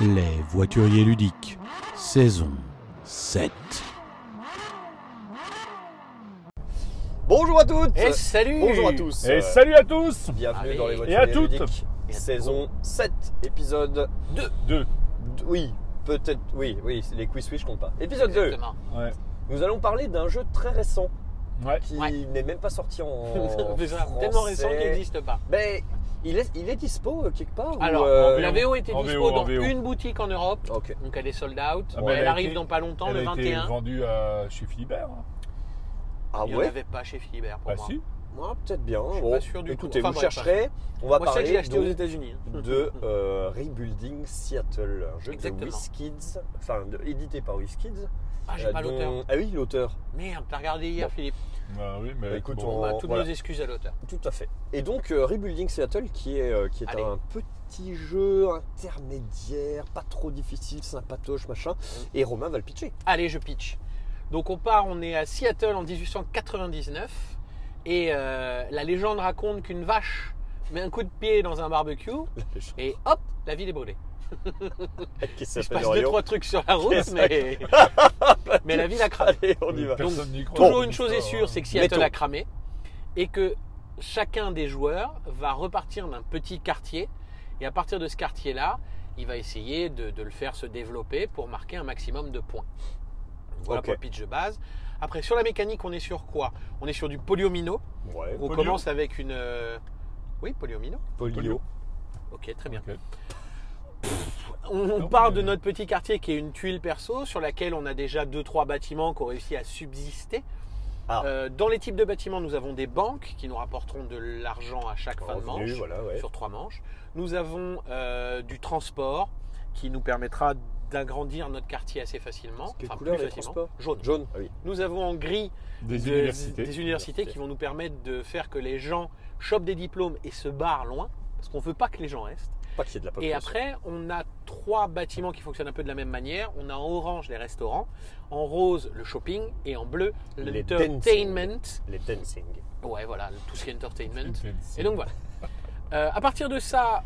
Les voituriers ludiques, saison 7. Bonjour à toutes Et Eh, salut Bonjour à tous Et salut à tous Bienvenue Allez. dans les voitures Et à toutes. Saison 7, épisode 2. Deux. Oui, peut-être, oui, oui, les quiz oui, je compte pas. Épisode Exactement. Ouais. deux, nous allons parler d'un jeu très récent Ouais. qui Ouais. n'est même pas sorti en C'est ça, français. tellement récent qu'il n'existe pas. Ben, il est, il est dispo euh, quelque part ou, Alors, euh, la VO était en dispo VO, dans en VO. une boutique en Europe, Ok. donc elle est sold out. Ah, elle, bah, elle a arrive été- dans pas longtemps, Elle le a été 21. vendue à- chez Philibert. hein. Ah Il n'y en ouais avait pas chez Philibert pour Ah moi. si Moi, peut-être bien. Je suis Bon, pas sûr du tout. écoutez, Enfin, vous bref, chercherez. On va Moi, je sais que j'ai parler acheté aux donc États-Unis. hein. de euh, Rebuilding Seattle, un jeu de Exactement. WizKids, enfin de- édité par WizKids. Ah, j'ai euh, pas dont- l'auteur. Ah oui, l'auteur. Merde, t'as regardé hier, Bon. Philippe. Bah oui, mais Bah, écoute, bon. On va Oh, toutes voilà. nos excuses à l'auteur. Tout à fait. Et donc euh, Rebuilding Seattle qui est, euh, qui est Allez. un petit jeu intermédiaire, pas trop difficile, sympatoche, machin. Et Romain va le pitcher. Allez, je pitch. Donc on part, on est à Seattle en 1899 et euh, la légende raconte qu'une vache met un coup de pied dans un barbecue et hop, la ville est brûlée. qui Il se s'appelle passe deux Orion. trois trucs sur la route, C'est mais mais la ville a cramé. Allez, on y va. euh, Personne n'y croit. Toujours une chose est sûre, c'est que Seattle Oh. Mettons. a cramé et que chacun des joueurs va repartir d'un petit quartier et à partir de ce quartier-là, il va essayer de, de le faire se développer pour marquer un maximum de points. Voilà Ok. pour le pitch de base. Après, sur la mécanique, on est sur quoi On est sur du poliomino. Ouais. On Polio. commence avec une. euh, Oui, poliomino. Polio. Ok, très bien. Ok. On, on Non, part mais- de notre petit quartier qui est une tuile perso sur laquelle on a déjà deux trois bâtiments qui ont réussi à subsister. Ah. Euh, dans les types de bâtiments, nous avons des banques qui nous rapporteront de l'argent à chaque fin de Revenu, manche voilà, ouais. sur trois manches. Nous avons euh, du transport qui nous permettra d'agrandir notre quartier assez facilement. Quelle Enfin, couleur plus les facilement. transports Jaune. Jaune. Ah oui. Nous avons en gris Des de- universités. des universités qui vont nous permettre de faire que les gens chopent des diplômes et se barrent loin, parce qu'on veut pas que les gens restent. Pas qu'il y ait de la Et population. après, on a trois bâtiments qui fonctionnent un peu de la même manière. On a en orange les restaurants, en rose le shopping et en bleu Les l'entertainment. Les dancing. Ouais, voilà, tout ce qui est entertainment. Et Et donc voilà. Euh, à partir de ça,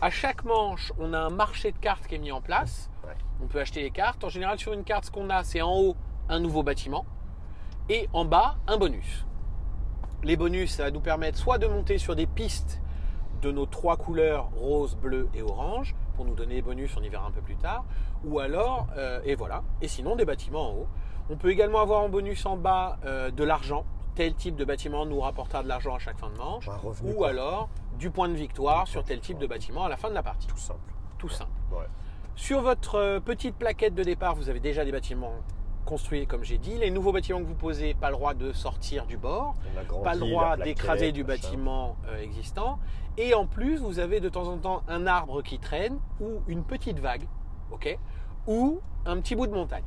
à chaque manche, on a un marché de cartes qui est mis en place. Ouais. On peut acheter les cartes. En général, sur une carte, ce qu'on a, c'est en haut un nouveau bâtiment et en bas un bonus. Les bonus, ça va nous permettre soit de monter sur des pistes de nos trois couleurs rose, bleu et orange pour nous donner des bonus, on y verra un peu plus tard, ou alors, euh, et voilà, et sinon des bâtiments en haut. On peut également avoir en bonus en bas euh, de l'argent. Tel type de bâtiment nous rapportera de l'argent à chaque fin de manche Un revenu. ou quoi. alors du point de victoire sur tel type de bâtiment à la fin de la partie. Tout simple. Tout simple. Ouais. Sur votre euh, petite plaquette de départ, vous avez déjà des bâtiments construits, comme j'ai dit. Les nouveaux bâtiments que vous posez, pas le droit de sortir du bord, On agrandit pas le la droit plaquette, d'écraser du machin. bâtiment euh, existant. Et en plus, vous avez de temps en temps un arbre qui traîne ou une petite vague, ok, ou un petit bout de montagne.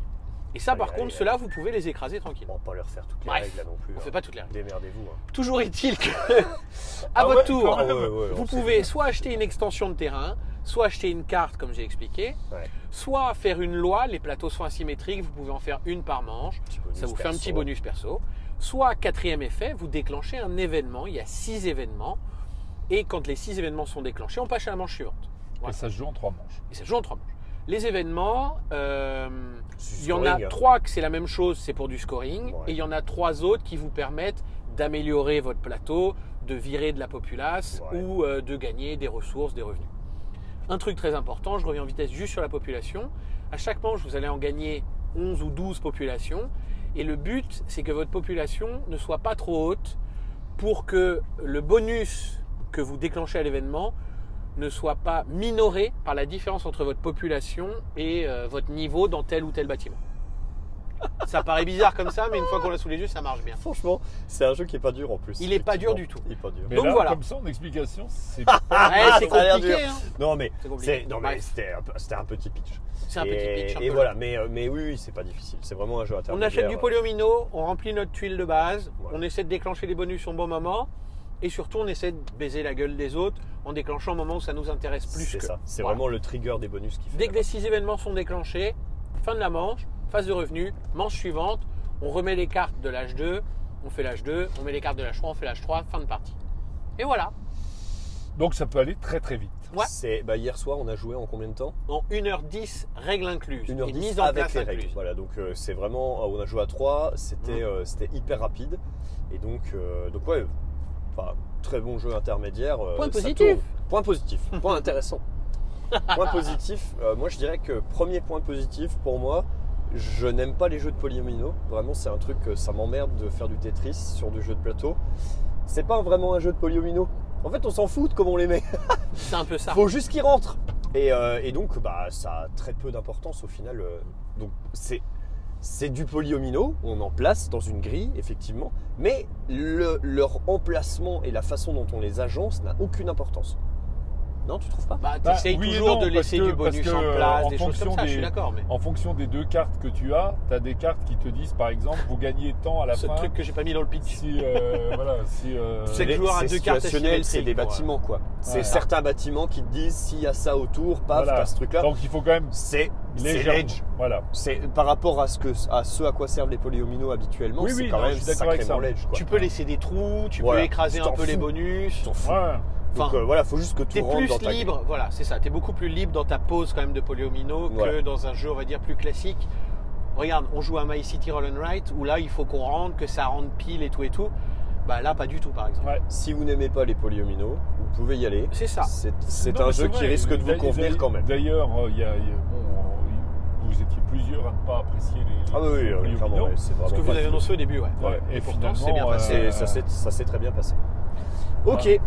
Et ça, Aïe, par aïe, contre, aïe. ceux-là, vous pouvez les écraser tranquillement. Bon, on va pas leur faire toutes les Bref, règles là non plus. On hein. fait pas toutes les règles. Démerdez-vous. hein. Toujours est-il que, à Ah votre ouais, tour, quand même. on Vous sait. pouvez soit acheter une extension de terrain, soit acheter une carte, comme j'ai expliqué, Ouais. soit faire une loi. Les plateaux sont asymétriques, vous pouvez en faire une par manche. Petit bonus Ça vous fait un perso. petit bonus perso. Soit, quatrième effet, vous déclenchez un événement. Il y a six événements. Et quand les six événements sont déclenchés, on passe à la manche suivante. Voilà. ça se joue en trois manches. Et ça joue en trois manches. Les événements, euh, C'est il y en a scoring, hein. trois que c'est la même chose, c'est pour du scoring. Ouais. Et il y en a trois autres qui vous permettent d'améliorer votre plateau, de virer de la populace Ouais. ou euh, de gagner des ressources, des revenus. Un truc très important, je reviens en vitesse juste sur la population. À chaque manche, vous allez en gagner 11 ou 12 populations. Et le but, c'est que votre population ne soit pas trop haute pour que le bonus que vous déclenchez à l'événement ne soit pas minoré par la différence entre votre population et euh, votre niveau dans tel ou tel bâtiment. Ça paraît bizarre comme ça, mais une fois qu'on l'a sous les yeux, ça marche bien. Franchement, c'est un jeu qui est pas dur en plus. Il est pas dur Effectivement. du tout. Il est pas dur. Mais Donc là, voilà. Ah. comme ça, en explication, c'est pas Ouais, c'est Ah, ça a l'air compliqué, dur. hein. Non mais C'est compliqué. c'est non mais Ouais. c'était un, peu- c'était un petit pitch. C'est un petit Et- pitch. un Et peu voilà, mais euh, mais oui, oui, c'est pas difficile. C'est vraiment un jeu long. On intermédiaire. achète du polyomino, on remplit notre tuile de base, Ouais. on essaie de déclencher les bonus au bon moment, et surtout on essaie de baiser la gueule des autres en déclenchant au moment où ça nous intéresse plus. C'est que. ça. C'est Voilà. vraiment le trigger des bonus qui fait. Dès que les six événements sont déclenchés, fin de la manche, phase de revenu, manche suivante, on remet les cartes de l'âge 2, on fait l'âge 2, on met les cartes de l'âge 3, on fait l'âge 3, fin de partie. Et voilà. Donc ça peut aller très très vite. Ouais. C'est bah, hier soir, on a joué en combien de temps En 1h10 règles incluses. Une et heure dix mise en avec place les règles. incluse. Voilà, donc euh, c'est vraiment, euh, on a joué à 3, c'était Mhm. euh, c'était hyper rapide. Et donc, euh, donc ouais, enfin, très bon jeu intermédiaire. euh, Point ça positif. tourne. Point positif, point intéressant. point positif, euh, moi je dirais que premier point positif pour moi, je n'aime pas les jeux de polyomino. Vraiment, c'est un truc que ça m'emmerde de faire du Tetris sur du jeu de plateau. C'est pas vraiment un jeu de polyomino. En fait, on s'en fout de comment on les met. C'est un peu ça. Faut juste qu'ils rentrent. Et, euh, et donc, bah, ça a très peu d'importance au final. euh, donc, c'est c'est du polyomino. On en place dans une grille, effectivement. Mais le- leur emplacement et la façon dont on les agence n'a aucune importance. Non, tu trouves pas Bah, Bah, t'essayes oui et toujours non, de parce laisser que- du parce bonus que, en euh, place, en des choses comme fonction ça, je suis des- d'accord. Mais En fonction des deux cartes que tu as, tu as des cartes qui te disent par exemple, vous gagnez tant à la ce fin. truc que j'ai pas mis dans le pitch. Si, euh, voilà, si, euh, C'est- que Les- le joueur a deux cartes situationnel, c'est des asymétriques, quoi. bâtiments, quoi. C'est Ouais. certains bâtiments qui te disent s'il y a ça autour, paf, Voilà. t'as ce truc-là. Donc il faut quand même C'est c'est légèrement. l'edge. Voilà. C'est par rapport à ce que à ce à quoi servent les polyomino habituellement, Oui, c'est oui, quand non, même je suis d'accord avec sacrément ça. l'edge, quoi. Tu peux laisser des trous, tu Voilà. peux écraser Tu un t'en peu les fous. bonus. t'en fous. Ouais. Donc Enfin, euh, voilà, faut juste que T'es tout rentre dans plus ta grille. libre, voilà, c'est ça. T'es beaucoup plus libre dans ta pose quand même de Polyomino que Voilà. dans un jeu, on va dire, plus classique. Regarde, on joue à My City Roll and Write où là, il faut qu'on rentre, que ça rentre pile et tout et tout. Bah là, pas du tout, par exemple. Ouais. Si vous n'aimez pas les polyomino, vous pouvez y aller. C'est ça. C'est c'est Non, un mais jeu c'est qui vrai. risque de vous D'ailleurs- convenir quand même. D'ailleurs, euh, il y a- il y a- bon, euh, vous étiez plusieurs à ne pas apprécier les. Ah oui, oui, les oui, Polyomino. clairement, ouais, c'est vraiment. Ce que vous pas- avez annoncé au début, ouais. Ouais, et Et pourtant, finalement, c'est bien passé. C'est- euh, ça s'est- ça s'est très bien passé. Ok. Ouais.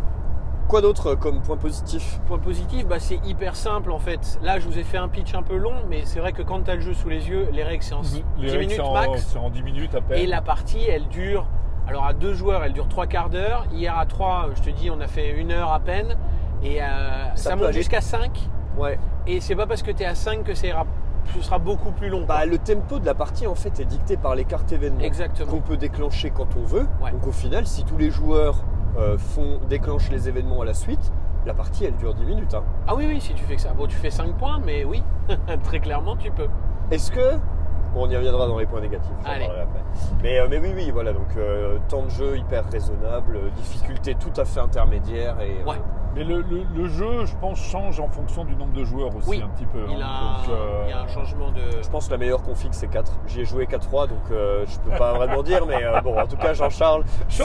Quoi d'autre comme point positif Point positif, bah, c'est hyper simple en fait. Là, je vous ai fait un pitch un peu long, mais c'est vrai que quand t'as le jeu sous les yeux, les règles, c'est en les 10 règles, minutes c'est en, max. c'est en 10 minutes à peine. Et la partie, elle dure. Alors à deux joueurs, elle dure trois quarts d'heure. Hier à trois, je te dis, on a fait une heure à peine. Et euh, ça, peut monte aller. jusqu'à 5. Ouais. Et c'est pas parce que t'es à 5 que ça ira- ce sera beaucoup plus long. Bah le tempo de la partie en fait est dicté par les cartes événements. qu'on Exactement. peut déclencher quand on veut. Ouais. Donc au final, si tous les joueurs euh, font, déclenchent les événements à la suite, la partie elle dure 10 minutes. hein. Ah oui, oui, si tu fais que ça. Bon, tu fais 5 points, mais oui, très clairement, tu peux. Est-ce que. On y reviendra dans les points négatifs, j'en Allez. parlerai après. Mais, euh, mais oui, oui, voilà, donc euh, temps de jeu hyper raisonnable, euh, difficulté tout à fait intermédiaire et. euh, Ouais. Mais le, le- le jeu, je pense, change en fonction du nombre de joueurs aussi, Oui. un petit peu. Il, hein. a, Donc, euh, il y a un changement de. Je pense que la meilleure config c'est 4. J'y ai joué qu'à 3 donc euh, je peux pas vraiment dire mais euh, bon en tout cas Jean-Charles, si-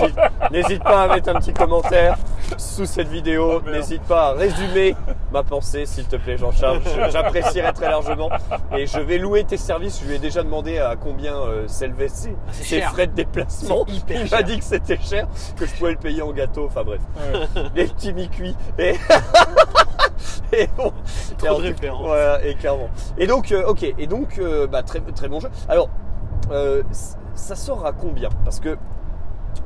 n'hésite pas à mettre un petit commentaire sous cette vidéo, Oh, merde. n'hésite pas à résumer ma pensée s'il te plaît Jean-Charles, Je- j'apprécierais très largement et je vais louer tes services, je lui ai déjà demandé à combien euh, s'élevaient ses, Ah, c'est ses cher. frais de déplacement. C'est hyper Il m'a cher. dit que c'était cher, que je pouvais le payer en gâteau, enfin bref, ouais. des petits mi-cuits et... et bon, et en Trop tout- de références. voilà, et clairement. Et donc, euh, ok, et donc, euh, bah, très, très bon jeu. Alors, euh, c- ça sort à combien Parce que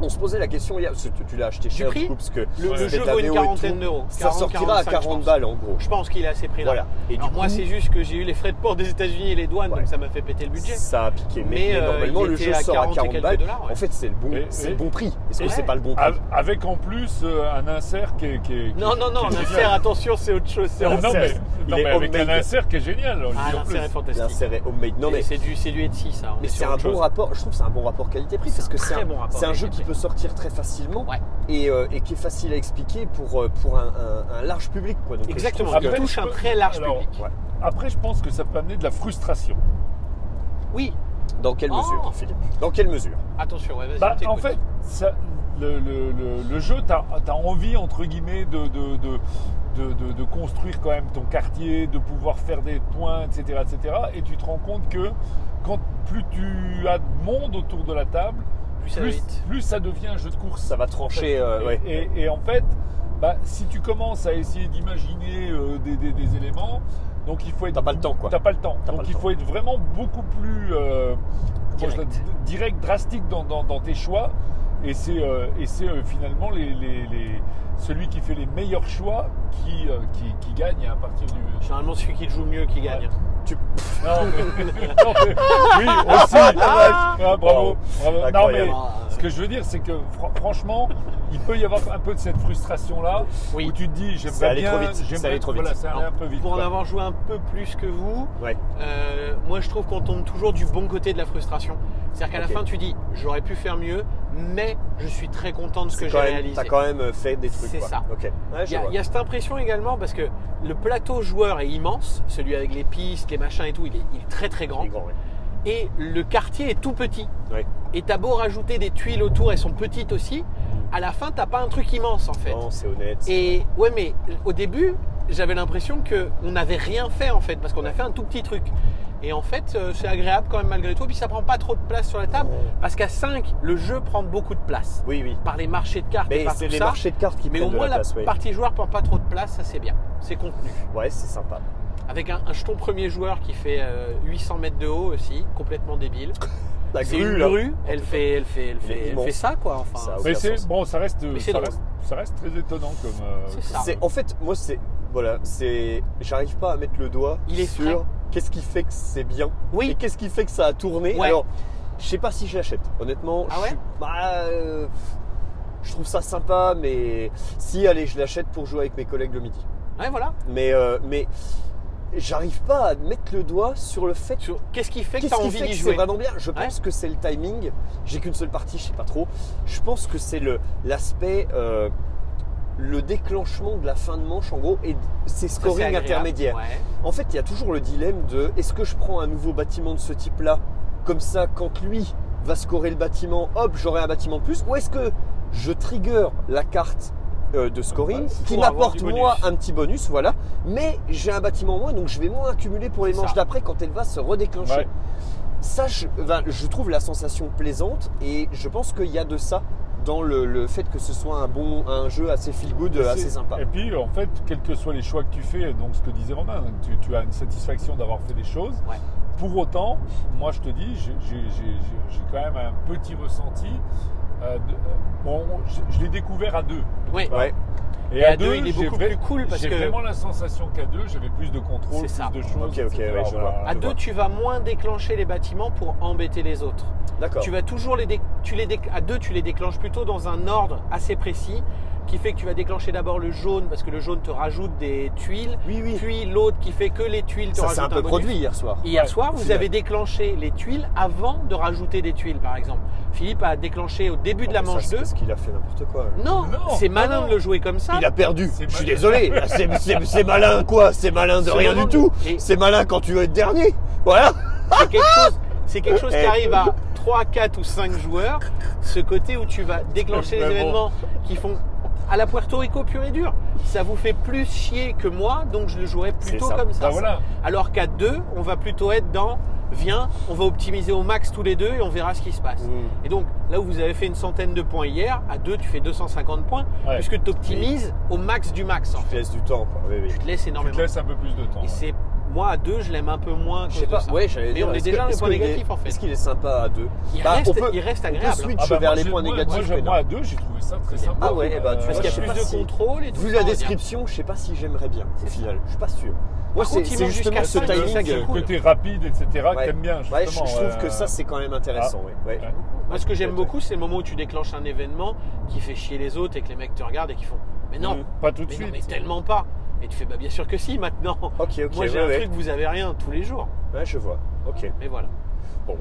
on se posait la question hier, parce que tu, tu l'as acheté cher prix du coup, parce que Le, Ouais. le c'était jeu de la vaut une VO et tout. quarantaine d'euros. Ça 40, sortira à 45, 40 je pense. balles en gros. Je pense qu'il est à ces prix-là. Voilà. Et Alors du moi, coup, c'est juste que j'ai eu les frais de port des États-Unis et les douanes, Ouais. donc ça m'a fait péter le budget. ça a piqué. Mais, Mais, mais euh, normalement, il le était jeu à sort 40 à et 40 quelques balles. dollars, ouais. En fait, c'est le bon, Et- c'est et- le bon prix. Est-ce que Ouais. Ah, c'est pas le bon prix Av- Avec en plus euh, un insert qui est. qui est- qui Non, est- non, non, qui est l'insert, génial. attention, c'est autre chose. c'est Ah, autre non, chose. mais, l'insert, il non, est mais avec homemade. un insert qui est génial. on le Ah, dit en l'insert est plus. fantastique. L'inséré homemade. Non mais. C'est du, c'est du Etsy, ça. on Mais est c'est sur un autre bon chose. rapport, je trouve que c'est un bon rapport qualité-prix parce un que c'est très un, bon rapport c'est un jeu qui qualité-prix. peut sortir très facilement Ouais. et, euh, et qui est facile à expliquer pour, euh, pour un, un- un large public. Quoi. Donc, euh, je Exactement, trouve on Après, que- touche je un peux- très large alors, public. ouais. Après, je pense que ça peut amener de la frustration. Oui, Dans quelle Oh. mesure, Philippe Dans quelle mesure attention, ouais, vas-y. Bah, on t'écoute. en fait, ça- le, le- le- le jeu, t'as as envie, entre guillemets, de, de, de- de- de- de construire quand même ton quartier, de pouvoir faire des points, etc., etc. Et tu te rends compte que quand plus tu as de monde autour de la table, plus ça va plus, vite. plus ça devient un jeu de course. Ça va trancher. euh, et, ouais. et- et en fait, bah, si tu commences à essayer d'imaginer euh, des, des- des éléments, donc il faut être T'as pas le temps, quoi. T'as pas le temps. T'as pas Donc le il temps. faut être vraiment beaucoup plus euh, comment Direct. je dirais, d- direct, drastique dans, dans- dans tes choix. Et c'est euh, et c'est, euh, finalement les, les- les- celui qui fait les meilleurs choix qui, euh, qui, qui gagne à partir du. Généralement, celui qui le joue mieux qui gagne. Tu- Non, mais- non, mais- oui, aussi. Ah, bravo. bravo. Non, Incroyable. mais Bah, euh, ce que je veux dire, c'est que fr- franchement, il peut y avoir un peu de cette frustration-là Oui. où tu te dis, C'est j'aimerais allé bien. trop vite, c'est j'aimerais- allé trop vite. Voilà, c'est allé un peu vite. Pour en quoi. avoir joué un peu plus que vous, Ouais. euh, moi je trouve qu'on tombe toujours du bon côté de la frustration. C'est-à-dire qu'à Ok. la fin tu dis j'aurais pu faire mieux, mais je suis très content de ce que C'est j'ai quand même- réalisé. T'as quand même euh, fait des trucs. C'est quoi. ça. Ok. Ouais, Il je y, a, vois. il y a cette impression également parce que le plateau joueur est immense, celui avec les pistes, les machins et tout, il est, il est très très grand. Il est grand, ouais. Et le quartier est tout petit. Ouais. Et t'as beau rajouter des tuiles autour, elles sont petites aussi. À la fin, t'as pas un truc immense en fait. Non, c'est honnête. Et ouais, mais au début, j'avais l'impression que on n'avait rien fait en fait, parce qu'on a fait un tout petit truc. Et en fait, euh, c'est agréable quand même malgré tout. Puis ça prend pas trop de place sur la table, parce qu'à 5, le jeu prend beaucoup de place Oui, oui. par les marchés de cartes. et Mais par c'est tout les ça. marchés de cartes qui Mais prennent au moins de la la, place, ouais. partie joueur prend pas trop de place, ça c'est bien, c'est contenu. Ouais, c'est sympa. Avec un, un jeton premier joueur qui fait euh, 800 mètres de haut aussi, complètement débile. La C'est une grue, là. grue, elle tout fait, elle fait, elle Il est fait, elle immense. fait ça quoi. Enfin, Ça a Mais aucun c'est sens. bon, ça reste, Mais c'est ça drôle. reste, ça reste très étonnant comme. euh, C'est ça. C'est- En fait, moi, c'est. Voilà, c'est. J'arrive pas à mettre le doigt Il est frais. sur qu'est-ce qui fait que c'est bien. Et oui, qu'est-ce qui fait que ça a tourné Ouais. Alors, je sais pas si je l'achète. Honnêtement, Ah je ouais suis- bah, euh, je trouve ça sympa, mais si, allez, je l'achète pour jouer avec mes collègues le midi. ouais voilà. Mais, euh, mais j'arrive pas à mettre le doigt sur le fait. Sur- Qu'est-ce qui fait que Qu'est-ce t'as qui envie fait que d'y c'est jouer vraiment bien Je pense que c'est le timing. J'ai qu'une seule partie, je sais pas trop. Je pense que c'est le l'aspect, euh, le déclenchement de la fin de manche en gros et c'est Ça, c'est scoring agréable. intermédiaire. Ouais. En fait, il y a toujours le dilemme de est-ce que je prends un nouveau bâtiment de ce type-là, comme ça, quand lui va scorer le bâtiment, hop, j'aurai un bâtiment de plus, ou est-ce que je trigger la carte euh, de scoring Ouais, c'est qui pour avoir m'apporte du moi bonus. un petit bonus, voilà, mais j'ai un bâtiment en moins, donc je vais moins accumuler pour les C'est manches ça. d'après quand elle va se redéclencher. Ouais. Ça, je, ben, je trouve la sensation plaisante et je pense qu'il y a de ça dans le, le fait que ce soit un bon un jeu assez feel good, C'est- assez sympa. Et puis, en fait, quels que soient les choix que tu fais, donc ce que disait Romain, tu, tu as une satisfaction d'avoir fait des choses. Ouais. Pour autant, moi, je te dis, j'ai- j'ai j'ai- j'ai- j'ai quand même un petit ressenti. euh, de- euh, bon, je, je l'ai découvert à deux. Ouais. Ouais. Et, Et à deux, il est j'ai beaucoup vrai- plus cool parce j'ai que vraiment la sensation qu'à deux, j'avais plus de contrôle, C'est plus ça. de choses. Ok, ok, etc. ouais, je vois. à Je deux, Bah, vois. tu vas moins déclencher les bâtiments pour embêter les autres. D'accord. Tu vas toujours les, dé- tu les dé- à deux, tu les déclenches plutôt dans un ordre assez précis qui fait que tu vas déclencher d'abord le jaune parce que le jaune te rajoute des tuiles, Oui, oui. puis l'autre qui fait que les tuiles te Ça rajoutent c'est un peu bonus. produit hier soir. Et Hier Ouais, soir, au vous final. avez déclenché les tuiles avant de rajouter des tuiles, par exemple. Philippe a déclenché au début de la Ça, manche c'est 2. Parce qu'il a fait n'importe quoi. Non, Non, Ah c'est malin non. de le jouer comme ça. Il a perdu. C'est Je suis mal- désolé. C'est- C'est c'est malin quoi C'est malin de C'est rien du vraiment- tout. Et- C'est malin quand tu veux être dernier. Voilà. C'est quelque Ah chose, c'est quelque chose qui Eh. euh. arrive à 3, 4 ou 5 joueurs. Ce côté où tu vas déclencher les Mais bon. événements qui font à la Puerto Rico pur et dur. Ça vous fait plus chier que moi, donc je le jouerai plutôt C'est ça. comme ça. Bah voilà. Alors qu'à deux, on va plutôt être dans viens, on va optimiser au max tous les deux et on verra ce qui se passe. Et donc là où vous avez fait une centaine de points hier, à deux tu fais 250 points, Ouais. puisque tu optimises au max du max. En Je fait. te laisse du temps. quoi. Oui, oui. Tu te laisses Tu te énormément. laisses un peu plus de temps. Et ouais. c'est moi à deux, je l'aime un peu moins. Je à cause sais de pas. ça. Ouais, j'allais Mais dire. on est est-ce déjà que- dans les est-ce points qu'il est- négatifs en fait. Est-ce qu'il est sympa à deux Il, Bah, reste, on peut- il reste on peut agréable. switch Ah bah, vers moi, les j'ai- points moi- négatifs. Moi, mais j'ai- non. moi, à deux, j'ai trouvé ça très sympa. Ah ouais, eh bah, tu Parce vois, qu'il y je a sais plus pas de si- contrôle et tout. Vu ça, la on va description, je sais pas si j'aimerais bien. Au final, je suis pas sûr. Moi, Par c'est contre, il c'est monte justement ce jusqu'à cinq, donc ça, timing. c'est Le euh, cool. côté rapide, etc., que Ouais. t'aimes bien. Ouais, je je justement, trouve ouais. que ça c'est quand même intéressant. ouais, ouais. Ouais. dire. Moi, ce que j'aime Ouais, beaucoup, c'est le moment où tu déclenches un événement qui fait chier les autres et que les mecs te regardent et qui font Mais non, Mm. Pas tout de mais, non, suite. mais tellement pas. Et tu fais Bah, bien sûr que si maintenant. Ok, ok. Ah. Moi, j'ai ouais, un ouais. truc, vous avez rien tous les jours. Ouais, je vois. Ok. Mais voilà. Bon.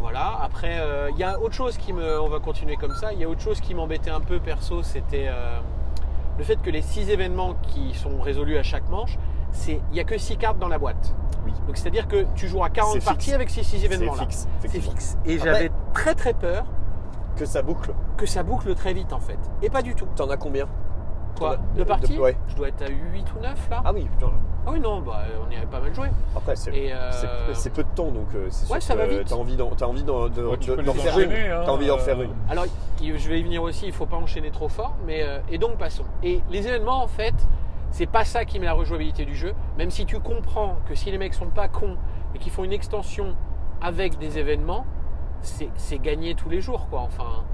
Voilà. Après, euh, il y a autre chose qui me. On va continuer comme ça. Il y a autre chose qui m'embêtait un peu perso, c'était euh, le fait que les six événements qui sont résolus à chaque manche, c'est il y a que six cartes dans la boîte. Oui. Donc c'est à dire que tu joueras 40 C'est parties fixe. avec ces six événements C'est là. fixe. C'est effectivement. fixe. Et Après- j'avais très très peur Que ça boucle. que ça boucle très vite en fait. Et pas du tout. T'en as combien Toi, T'en as- deux parties de- ouais. Je dois être à 8 ou 9 là Ah oui, putain. Ah oui, non, bah, on y avait pas mal joué. Après, c'est Et, euh, c'est- c'est peu de temps, donc euh, c'est sûr Ouais, ça va que vite. t'as envie d'en t'as envie d'en de- Ouais, tu de- peux d'en les faire une. enchaîner, hein, T'as envie d'en faire euh, une. Alors, il- je vais y venir aussi, il faut pas enchaîner trop fort, mais euh, et donc passons. Et les événements, en fait, c'est pas ça qui met la rejouabilité du jeu, même si tu comprends que si les mecs sont pas cons et qu'ils font une extension avec des événements, c'est c'est gagné tous les jours, quoi. Enfin,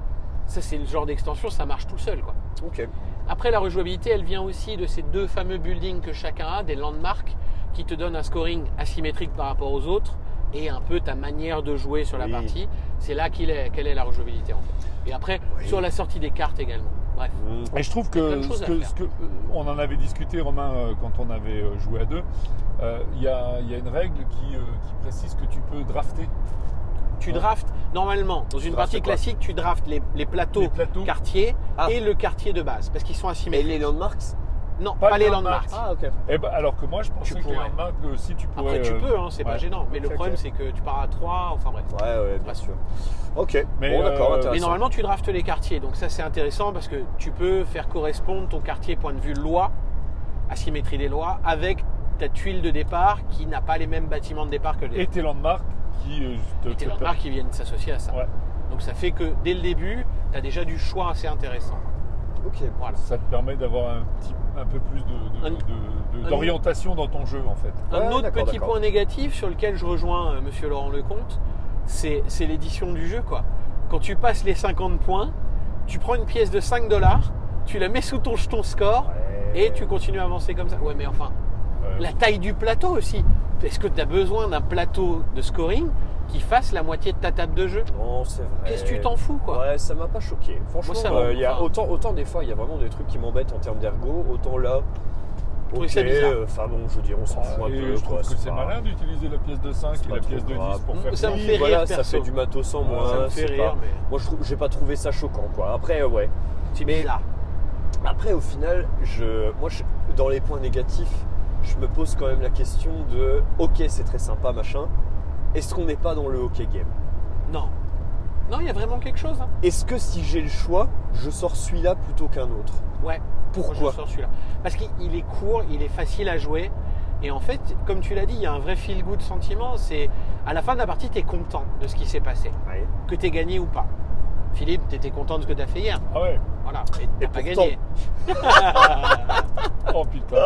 ça, c'est le genre d'extension, ça marche tout seul, quoi. Ok. Après, la rejouabilité, elle vient aussi de ces deux fameux buildings que chacun a, des landmarks, qui te donne un scoring asymétrique par rapport aux autres et un peu ta manière de jouer sur la Oui. partie. C'est là qu'il est, quelle est la rejouabilité en fait. Et après, Oui. sur la sortie des cartes également. Bref. Mmh. Et je trouve Il y a plein que, de choses ce à que, faire. ce que- euh, on en avait discuté, Romain, euh, quand on avait euh, joué à deux. Euh, Il y, a, il y a une règle qui, euh, qui précise que tu peux drafter Tu Ouais. draftes, normalement, dans une Drafter partie quoi classique, tu draftes les, les plateaux les plateaux. quartier Ah. et le quartier de base parce qu'ils sont Et asymétriques. les landmarks Non, pas, les landmarks. Ah, ok. Eh ben, alors que moi, je Tu pensais que les pourrais. landmarks, euh, si tu pourrais. Après, tu euh, peux, hein, c'est pas ouais. gênant. Mais le Ok, problème, ok. c'est que tu pars à 3, enfin bref. Ouais, ouais, bien sûr. Ok, Mais, bon, d'accord, euh, intéressant. Mais normalement, tu draftes les quartiers. Donc, ça, c'est intéressant parce que tu peux faire correspondre ton quartier point de vue loi, asymétrie des lois, avec ta tuile de départ qui n'a pas les mêmes bâtiments de départ que les Et tes landmarks qui euh, te. Et tes te- landmarks qui viennent s'associer à ça. Ouais. Donc, ça fait que dès le début, tu as déjà du choix assez intéressant. Ok, Voilà. Ça te permet d'avoir un, petit, un peu plus de- Un- de- de- de- un- d'orientation dans ton jeu, en fait. Un Ouais, autre d'accord, petit d'accord. point négatif sur lequel je rejoins euh, Monsieur Laurent Lecomte, c'est c'est l'édition du jeu. quoi. Quand tu passes les 50 points, tu prends une pièce de 5 dollars, tu la mets sous ton, ton score et tu continues à avancer comme ça. Ouais, mais enfin, Euh, la taille du plateau aussi. Est-ce que tu as besoin d'un plateau de scoring qui fasse la moitié de ta table de jeu Non, c'est vrai. Qu'est-ce que tu t'en fous quoi Ouais, ça m'a pas choqué. Franchement, Moi, ça euh, va, il y a enfin. autant, autant des fois, il y a vraiment des trucs qui m'embêtent en termes d'ergo, autant là. trouvais Ok, ça bizarre. euh, enfin bon, je veux dire, on s'en fout un et peu. Ah, je trouve quoi, que c'est pas- malin d'utiliser la pièce de 5 c'est et pas la trop pièce de 10 grave. pour faire Ça me Oui, fait rire, voilà, ça perso. fait du matos en moins. Ça me fait c'est rire, pas- mais Moi, je trouve, j'ai pas trouvé ça choquant, quoi. Après, euh, ouais. c'est mais- bizarre. Après, au final, je, moi, je- dans les points négatifs, je me pose quand même la question de ok, c'est très sympa, machin. Est-ce qu'on n'est pas dans le hockey game Non. Non, il y a vraiment quelque chose. hein. Est-ce que si j'ai le choix, je sors celui-là plutôt qu'un autre Ouais. Moi, Pourquoi je sors celui-là. Parce qu'il il est court, il est facile à jouer. Et en fait, comme tu l'as dit, il y a un vrai feel-good sentiment. C'est à la fin de la partie, tu es content de ce qui s'est passé, Ouais. que tu gagné ou pas. Philippe, tu étais content de ce que tu as fait hier. Ah ouais Voilà. Et t'as Et pas pourtant. gagné. Oh putain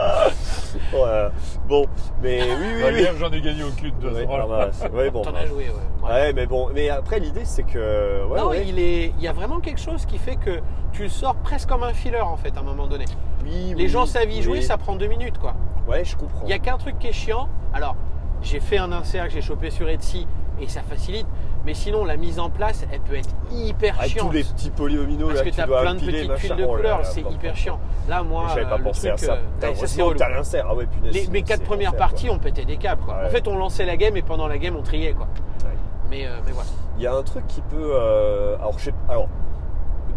Ouais. Bon, mais oui, oui, Bah, oui. Hier, j'en ai gagné au cul de deux Ouais, Voilà. bah, c'est- ouais, bon, T'en bah. as joué, ouais. Ouais. Ouais, mais bon, mais après l'idée c'est que ouais, non, ouais. Il, est, il y a vraiment quelque chose qui fait que tu le sors presque comme un filler en fait à un moment donné. Oui, Les oui, gens savent y oui. jouer, ça prend deux minutes quoi. Ouais, je comprends. Il n'y a qu'un truc qui est chiant. Alors, j'ai fait un insert que j'ai chopé sur Etsy et ça facilite. Mais sinon, la mise en place, elle peut être hyper Avec chiante. Ah, tous les petits polyomino parce là que tu t'as dois plein de empiler, petites machin. tuiles de Oh là couleurs, là, c'est bon, hyper bon. chiant. Là, moi, J'avais pas euh, le pensé à truc, ça. euh, Putain, ouais, ça, c'est heureusement que relou. t'as l'insert. Ah ouais, punaise. Les- sinon, mes quatre c'est premières l'enfer, parties, quoi. on pétait des câbles. quoi. Ouais. En fait, on lançait la game et pendant la game, on triait. Quoi. Ouais. Mais, euh, mais voilà. Il y a un truc qui peut. euh, alors, je sais- alors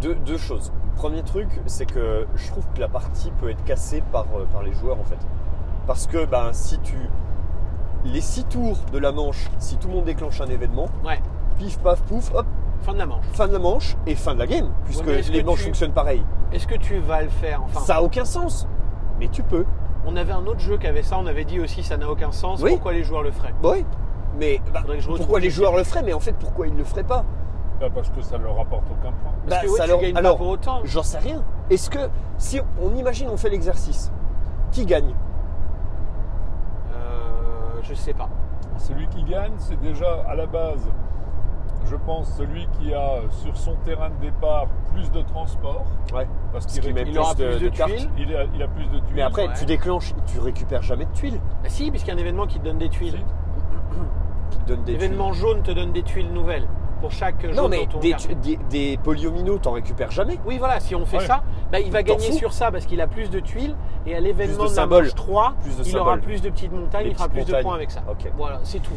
deux, deux choses. Premier truc, c'est que je trouve que la partie peut être cassée par, euh, par les joueurs en fait. Parce que ben, si tu. Les six tours de la manche, si tout le monde déclenche un événement, Ouais. pif paf pouf, hop, Fin de la manche. fin de la manche et fin de la game, puisque mais est-ce les que manches tu- fonctionnent pareil. Est-ce que tu vas le faire enfin, ça a aucun sens, mais tu peux. On avait un autre jeu qui avait ça. On avait dit aussi, ça n'a aucun sens. Oui. Pourquoi les joueurs le feraient Bah oui, mais bah, Faudrait que je retrouve pourquoi les les joueurs le feraient Mais en fait, pourquoi ils ne le feraient pas Bah, parce que ça ne leur rapporte aucun point. Parce Bah, que ouais, ça tu leur- gagnes alors, pas pour autant. J'en sais rien. Est-ce que si on imagine on fait l'exercice, qui gagne Euh, je sais pas. Celui qui gagne, c'est déjà à la base, je pense, celui qui a euh, sur son terrain de départ plus de transport. Ouais. Parce Ce qu'il qui récupère- met Il aura plus de- plus de, de cartes. tuiles. il a, il a plus de tuiles. Mais après, ouais. tu déclenches, tu récupères jamais de tuiles. Bah si, puisqu'il y a un événement qui te donne des tuiles. Si. Qui te donnent des L'événement jaune te donne des tuiles nouvelles pour chaque tuiles. jaune Non dans mais ton des, carton. tu- des, des polyomino, t'en récupères jamais. Oui, voilà, si on fait Ouais. ça, bah, il va T'en gagner fous. sur ça parce qu'il a plus de tuiles et à l'événement Plus de de, la symboles. manche 3, Plus de il aura symboles. plus de petites montagnes, Des il fera petites plus de montagnes. points avec ça. Ok. Voilà, c'est tout.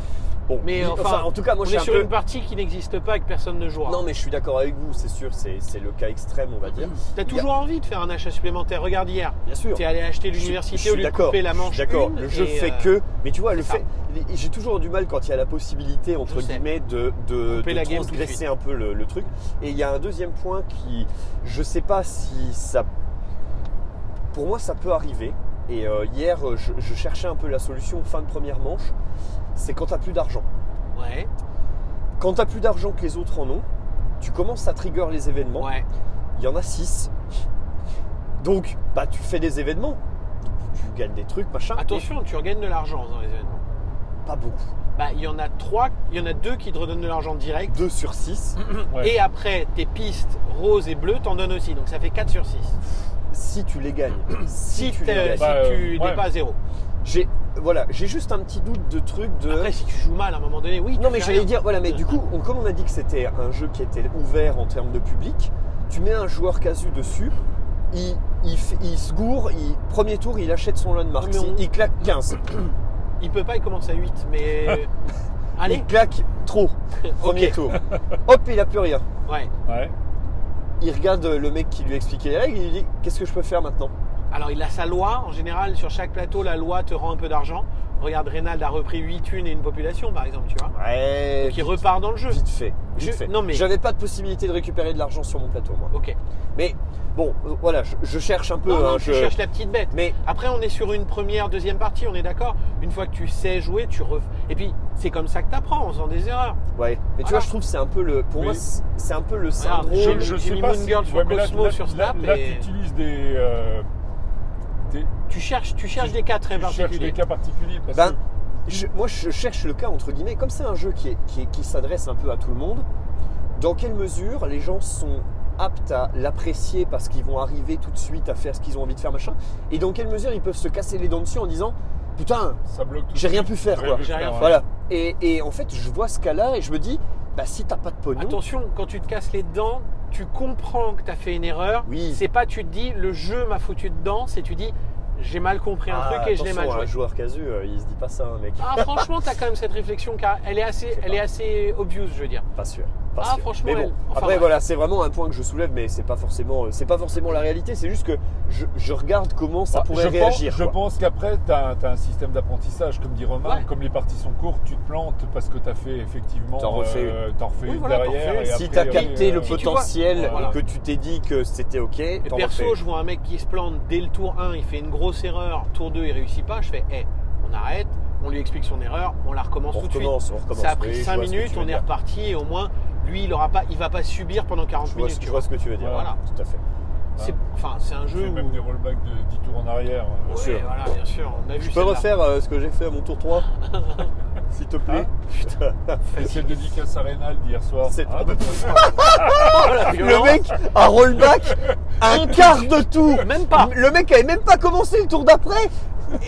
Bon. Mais, enfin, en tout cas, moi, on je suis est un sur peu- une partie qui n'existe pas et que personne ne jouera. Non mais je suis d'accord avec vous, c'est sûr, c'est c'est le cas extrême, on va dire. T'as Il y a- toujours envie de faire un achat supplémentaire. Regarde hier, Bien sûr. t'es allé acheter Je suis- je l'université suis au lieu de d'accord, couper la je suis manche. D'accord, une le jeu et, fait euh, que. Mais tu vois, le c'est fait. J'ai toujours du mal quand il y a la possibilité, entre Je sais. guillemets, de, de, Couper de la game tout de transgresser suite. un peu le, le truc. Et il y a un deuxième point qui. Je sais pas si ça. Pour moi, ça peut arriver. Et euh, hier, euh, je, je cherchais un peu la solution fin de première manche. C'est quand t'as plus d'argent. Ouais, Quand t'as plus d'argent que les autres en ont, tu commences à trigger les événements. ouais. Il y en a 6. Donc, bah, tu fais des événements. Tu gagnes des trucs, machin. mais Attention, tu regagnes de l'argent dans les événements. Pas beaucoup. Bah, il y en a trois, il y en a deux qui te redonnent de l'argent direct. 2 sur 6. Ouais. Et après, tes pistes roses et bleues t'en donnent aussi. Donc ça fait 4 sur 6. Si tu les gagnes. Si, Si tu les t'es- gagnes. si Bah, euh, tu n'es ouais. pas à zéro. J'ai voilà, j'ai juste un petit doute de truc de. Après, si tu joues mal à un moment donné, oui. non tu mais fais j'allais rien. dire voilà, mais du coup, on- comme on a dit que c'était un jeu qui était ouvert en termes de public, tu mets un joueur casu dessus, il, il, fait- il se gourre, il, premier tour, il achète son landmark, Mais on- il claque 15, Il peut pas, il commence à 8, mais. Allez, il claque trop, premier ok. tour. Hop, il a plus rien. Ouais. Ouais. Il regarde le mec qui lui expliquait les règles, il lui dit qu'est-ce que je peux faire maintenant Alors, il a sa loi. En général, sur chaque plateau, la loi te rend un peu d'argent. Regarde, Reynald a repris 8 thunes et une population, par exemple, tu vois. Ouais. Qui repart dans le jeu. Vite fait. Vite Je- fait. non, mais- J'avais pas de possibilité de récupérer de l'argent sur mon plateau, moi. Ok. Mais bon, euh, voilà, je, je cherche un peu. Non, non, hein, je- tu cherches la petite bête. Mais Après, on est sur une première, deuxième partie, on est d'accord. Une fois que tu sais jouer, tu ref... Et puis, c'est comme ça que t'apprends, en faisant des erreurs. ouais. Mais tu Voilà. vois, je trouve que c'est un peu le. Pour Oui. moi, c'est c'est un peu le Ah. Regarde, syndrome. je- je J'ai mis Moon Girl sur ouais, mais là, Cosmo, là- sur là- Snap Là, et- tu utilises des. euh, des- Tu cherches, tu cherches Tu- des cas très tu cherches des particuliers. cas particuliers parce Ben, que je- moi, je cherche le cas entre guillemets. Comme c'est un jeu qui, est- qui, est- qui s'adresse un peu à tout le monde, dans quelle mesure les gens sont aptes à l'apprécier parce qu'ils vont arriver tout de suite à faire ce qu'ils ont envie de faire, machin, et dans quelle mesure ils peuvent se casser les dents dessus en disant putain, ça bloque tout. j'ai de rien suite. pu faire, J'ai quoi. pu J'ai rien ouais. fait. Voilà. Et, et en fait, je vois ce cas-là et je me dis, bah si t'as pas de pognon, Attention, quand tu te casses les dents, tu comprends que tu as fait une erreur. Oui. C'est pas tu te dis le jeu m'a foutu dedans, c'est tu dis j'ai mal compris un Ah, truc et je l'ai mal attention, joué. Un joueur casu, euh, il se dit pas ça, hein, mec. Ah franchement, tu as quand même cette réflexion car elle est assez, elle est assez obvious, je veux dire. Pas sûr. pas Ah, sûr. franchement, Mais bon, elle- enfin, après ouais. voilà, c'est vraiment un point que je soulève, mais c'est pas forcément, euh, c'est pas forcément la réalité. C'est juste que je, je regarde comment ça Bah, pourrait je réagir. Pense, je quoi. pense qu'après, tu as, un système d'apprentissage, comme dit Romain. Ouais. Comme les parties sont courtes, tu te plantes parce que tu as fait effectivement. euh, T'en refais t'en refais Oui, une voilà, t'en derrière. refais une. et Si après, t'as euh, capté le euh, tu vois- potentiel Voilà. et que tu t'es dit que c'était ok, Et t'en perso, refais. je vois un mec qui se plante dès le tour 1, il fait une grosse erreur, tour 2, il réussit pas, je fais hé, on arrête, on lui explique son erreur, on la recommence on tout de suite. recommence, on recommence. Ça a pris Oui, je 5 vois ce que minutes, tu veux on est dire. reparti et au moins lui, il aura pas il va pas subir pendant 40 Je vois, minutes, ce, tu je vois. vois ce que tu veux dire. Voilà. Tout à fait. C'est enfin, c'est un Tu jeu fais où même des rollbacks de 10 tours en arrière. euh, Ouais, sûr. voilà, bien sûr, on a vu Je peux celle-là. refaire euh, ce que j'ai fait à mon tour 3 S'il te plaît Ah, Putain. C'est Spéciale dédicace à Reynald d'hier soir. C'est- Ah, bah, Oh, la Le violence. mec a rollback un quart de tour Même pas. Le mec avait même pas commencé le tour d'après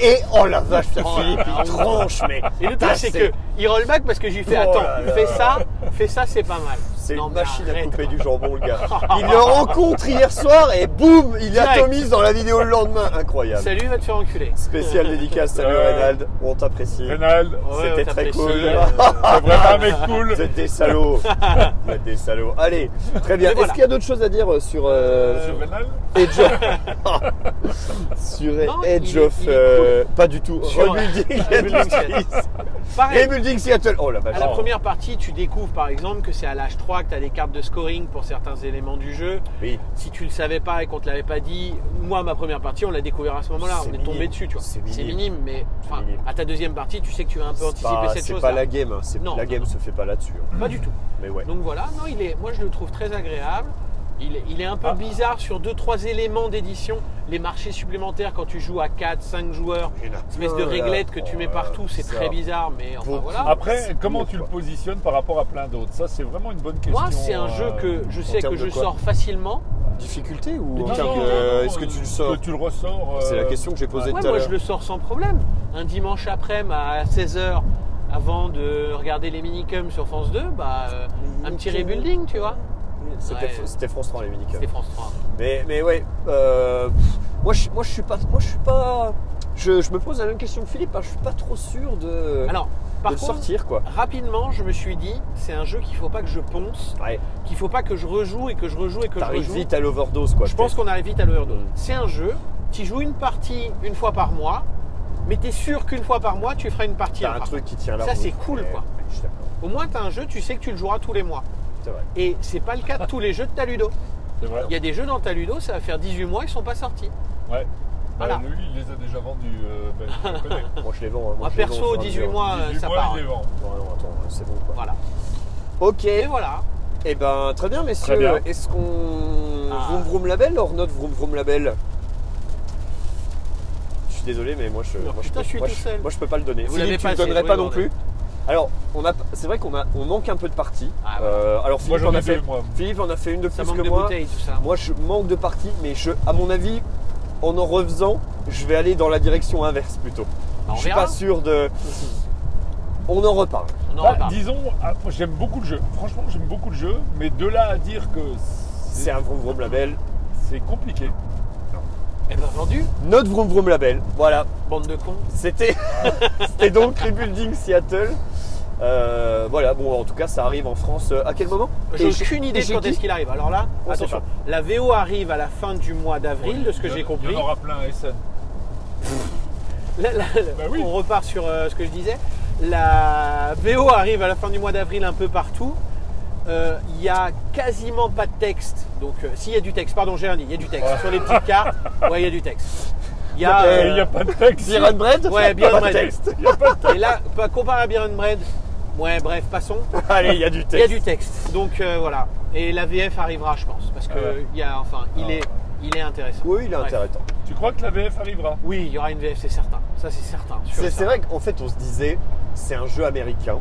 Et oh la vache, Oh, Philippe, la il tranche, mais Et le truc, c'est que il roll back parce que j'ai fait Ah, Oh attends, là là. fais ça, fais ça, c'est pas mal. C'est Non, une mais machine à arrête, hein. couper quoi. du jambon, le gars. Il le rencontre hier soir et boum, il Direct. atomise dans la vidéo le lendemain. Incroyable. Salut, va te faire enculer. Spécial dédicace, salut Ouais. Reynald, on t'apprécie. Reynald, Ouais, C'était on très t'apprécie, cool. c'est vraiment un mec cool. Vous êtes des salauds. Vous êtes des salauds. Allez, très bien. Et voilà. Est-ce qu'il y a d'autres choses à dire euh, sur, euh, Sur Reynald Edge of... sur Non, Edge il est- of... il est euh, Pas du tout. Sur- Rebuilding Rebuilding Industries. Pareil. Rebuilding Seattle. Oh la vache. À la première partie, tu découvres par exemple que c'est à l'âge 3 que tu as des cartes de scoring pour certains éléments du jeu. Oui. Si tu le savais pas et qu'on te l'avait pas dit, moi ma première partie, on l'a découvert à ce moment-là, C'est on est tombé minime. dessus, tu vois. C'est C'est minime. minime, mais enfin, minime. à ta deuxième partie, tu sais que tu vas un peu C'est anticiper pas, cette c'est chose. pas la game. hein. C'est- Non, la non, game non. se fait pas là-dessus. hein. Pas du tout. Mais ouais. Donc voilà, non, il est, moi je le trouve très agréable. Il, il est un Ah. peu bizarre sur deux trois éléments d'édition. Les marchés supplémentaires quand tu joues à 4, 5 joueurs, espèce de Plein, là. réglette que tu Oh, mets là, partout, c'est ça. très bizarre, mais enfin Beaucoup. voilà. Après, C'est comment lourd, tu le quoi. positionnes par rapport à plein d'autres Ça, c'est vraiment une bonne question. euh, Moi, c'est un jeu que je sais termes que de je quoi sors facilement. Difficulté ou Non, en termes non, de- non, Est-ce que euh, tu le sors que tu le ressors. C'est la euh, question que j'ai posée Ouais, tout à moi je l'heure. le sors sans problème. Un dimanche après-midi à 16h, avant de regarder les minicums sur France 2, bah, euh, un petit rebuilding, tu vois. C'était Ouais. c'était France 3 les minicums. C'était France 3. Mais, mais ouais, euh, pff, moi, je, moi je suis pas. Moi je suis pas. Je, je me pose la même question que Philippe, hein, je suis pas trop sûr de, Alors, par Euh, de le contre, sortir quoi. rapidement, je me suis dit, c'est un jeu qu'il faut pas que je ponce, Ouais, qu'il faut pas que je rejoue et que je rejoue et que je t'arrives rejoue. vite à l'overdose quoi. Je pense qu'on arrive vite à l'overdose. Mm. C'est un jeu, tu joues une partie une fois par mois, mais tu es sûr qu'une fois par mois, tu feras une partie. T'as un par- truc qui tient la Ça, route, c'est cool, mais- quoi. mais je suis d'accord, Au moins, tu as un jeu, tu sais que tu le joueras tous les mois. C'est vrai. Et c'est pas le cas de tous les jeux de Taludo. C'est vrai. Il y a des jeux dans Taludo, ça va faire 18 mois, ils sont pas sortis. Ouais. Bah, Voilà. lui, il les a déjà vendus. euh, ben, je le connais. Moi je les vends. hein, moi, Moi, je les vends au perso, fur et à 18 mesure. mois, euh, 18 ça mois, part. il les vend. Non, non, attends, c'est bon quoi. Voilà. Ok, Et voilà. et ben très bien messieurs. bien. Est-ce qu'on. Ah. Vroom Vroom Label hors notre Vroom Vroom Label je suis désolé, mais moi je, Non, moi, je putain, peux, je suis moi, tout seul. moi, je peux pas le donner. Vous Philippe, l'avez tu pas, le c'est- donnerais oui, pas non, non on plus. Alors, on a, c'est vrai qu'on a, on manque un peu de parties. Ah ouais. Euh, alors Philippe Moi, j'en en ai a fait, deux, moi. Philippe en a fait une de Ça plus manque que de moi. bouteilles, tout ça. Moi, je manque de parties, mais je, à mon avis, en en refaisant, je vais aller dans la direction inverse plutôt. Ah, On je suis verra. pas sûr de. On en reparle. On en Bah, reparle. disons, ah, moi, j'aime beaucoup le jeu. Franchement, j'aime beaucoup le jeu, mais de là à dire que C'est c'est un vroom vroom label. c'est compliqué. Eh bien, vendu, Notre vroom vroom label. Voilà. bande de cons. C'était c'était donc Rebuilding Seattle. Euh, voilà, bon, en tout cas, ça arrive en France. euh, À quel moment J'ai Et chez- aucune idée et de chez quand qui est-ce qu'il arrive. Alors là, On s'en attention, fout. la VO arrive à la fin du mois d'avril, de ce que Il y en- j'ai compris. Il y en aura plein à Essen. La- la- Bah oui. On repart sur euh, ce que je disais. La VO arrive à la fin du mois d'avril un peu partout. Euh, Il y a quasiment pas de texte. Donc, euh, s'il y a du texte, pardon, j'ai rien dit, il y a du texte. Sur les petites cartes, ouais, il y a du texte. Il y a. Et euh, Il n'y a pas de texte. Beer and Bread Ouais, Beer and Pas de Bread. texte. Et là, pas- comparé à Beer and Bread, ouais, bref, passons. Allez, il y a du Il y a texte. du texte. Donc, euh, voilà. Et la VF arrivera, je pense. Parce que, Ah ouais. il y a, enfin, il, Ah. est, il est intéressant. Oui, il est Bref. intéressant. Tu crois que la VF arrivera Oui, il y aura une VF, c'est certain. Ça, c'est certain. sûr et C'est c'est certain. vrai qu'en fait, on se disait, c'est un jeu américain.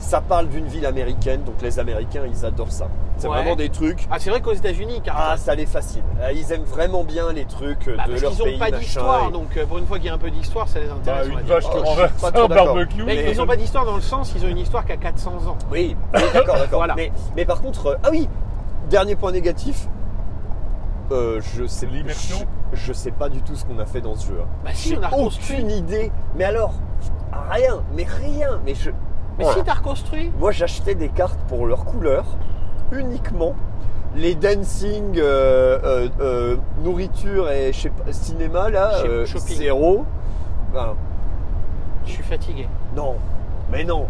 Ça parle d'une ville américaine, donc les Américains, ils adorent ça. C'est Ouais. vraiment des trucs. Ah, c'est vrai qu'aux États-Unis, car Ah, ça les fascine. Ah, Ils aiment vraiment bien les trucs euh, Bah, de parce leur qu'ils pays. n'ont pas machin, d'histoire, et- donc euh, pour une fois qu'il y a un peu d'histoire, ça les Bah, intéresse. on va Une dire. vache qui Oh, je suis renverse pas un trop d'accord. barbecue. Mais mais- ils n'ont pas d'histoire dans le sens, ils ont une histoire qui a 400 ans. Oui, oui, d'accord, d'accord. Voilà. mais, mais par contre, euh, ah oui, dernier point négatif. Euh, je sais L'immersion. Je, je sais pas du tout ce qu'on a fait dans ce jeu. hein. Bah si, on a reconstruit. Aucune idée. Mais alors, rien, mais rien. Mais je. Mais Voilà. si, t'as reconstruit. Moi, j'achetais des cartes pour leurs couleurs uniquement. Les dancing, euh, euh, euh, nourriture et je sais pas, cinéma, là, Chez- euh, shopping. zéro. Ben, Je suis fatigué. non, mais non,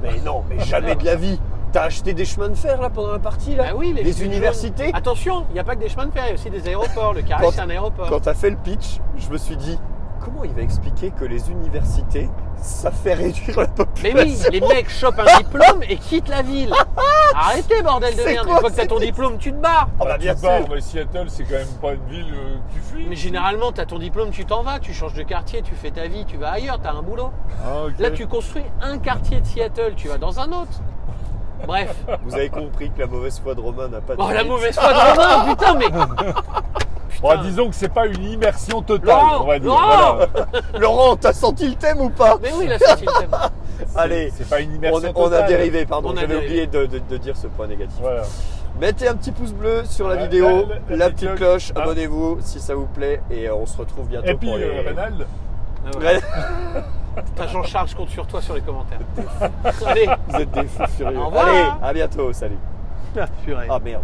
mais non, mais jamais de la vie. T'as acheté des chemins de fer là pendant la partie là Bah oui, les, Les chemins universités jaunes. Attention, il n'y a pas que des chemins de fer, il y a aussi des aéroports. Le Carré, Quand- c'est un aéroport. Quand t'as fait le pitch, je me suis dit, comment il va expliquer que les universités, ça fait réduire la Mais oui, population les mecs chopent un diplôme et quittent la ville. Arrêtez, bordel de C'est merde. quoi Une fois que t'as cette ton histoire diplôme, tu te barres. Ah bah, Tu bien pars, sûr mais Seattle, c'est quand même pas une ville. euh, Tu fuis. Mais généralement, t'as ton diplôme, tu t'en vas, tu changes de quartier, tu fais ta vie, tu vas ailleurs, t'as un boulot. Ah, ok. Là, tu construis un quartier de Seattle, tu vas dans un autre. Bref. Vous avez compris que la mauvaise foi de Romain n'a pas de Oh, la limite. mauvaise foi de Romain, putain, mais. Bon, disons que c'est pas une immersion totale, Laurent, on va dire. Laurent voilà. Laurent, t'as senti le thème ou pas Mais oui, la Ah sortie le thème. Allez, C'est pas une on, immersion on totale. a dérivé, pardon, On a j'avais dérivé. oublié de, de- de dire ce point négatif. Voilà. Mettez un petit pouce bleu sur la Ouais, vidéo, la- la, la- la petite petite cloche, cloche, hein. abonnez-vous si ça vous plaît, et euh, on se retrouve bientôt Et puis, pour les... euh, Reynald, Ah, voilà. Putain, Jean-Charles, je compte sur toi sur les commentaires. Allez, Vous êtes des fous furieux. Au revoir. Allez, à bientôt, salut. purée. Ah merde.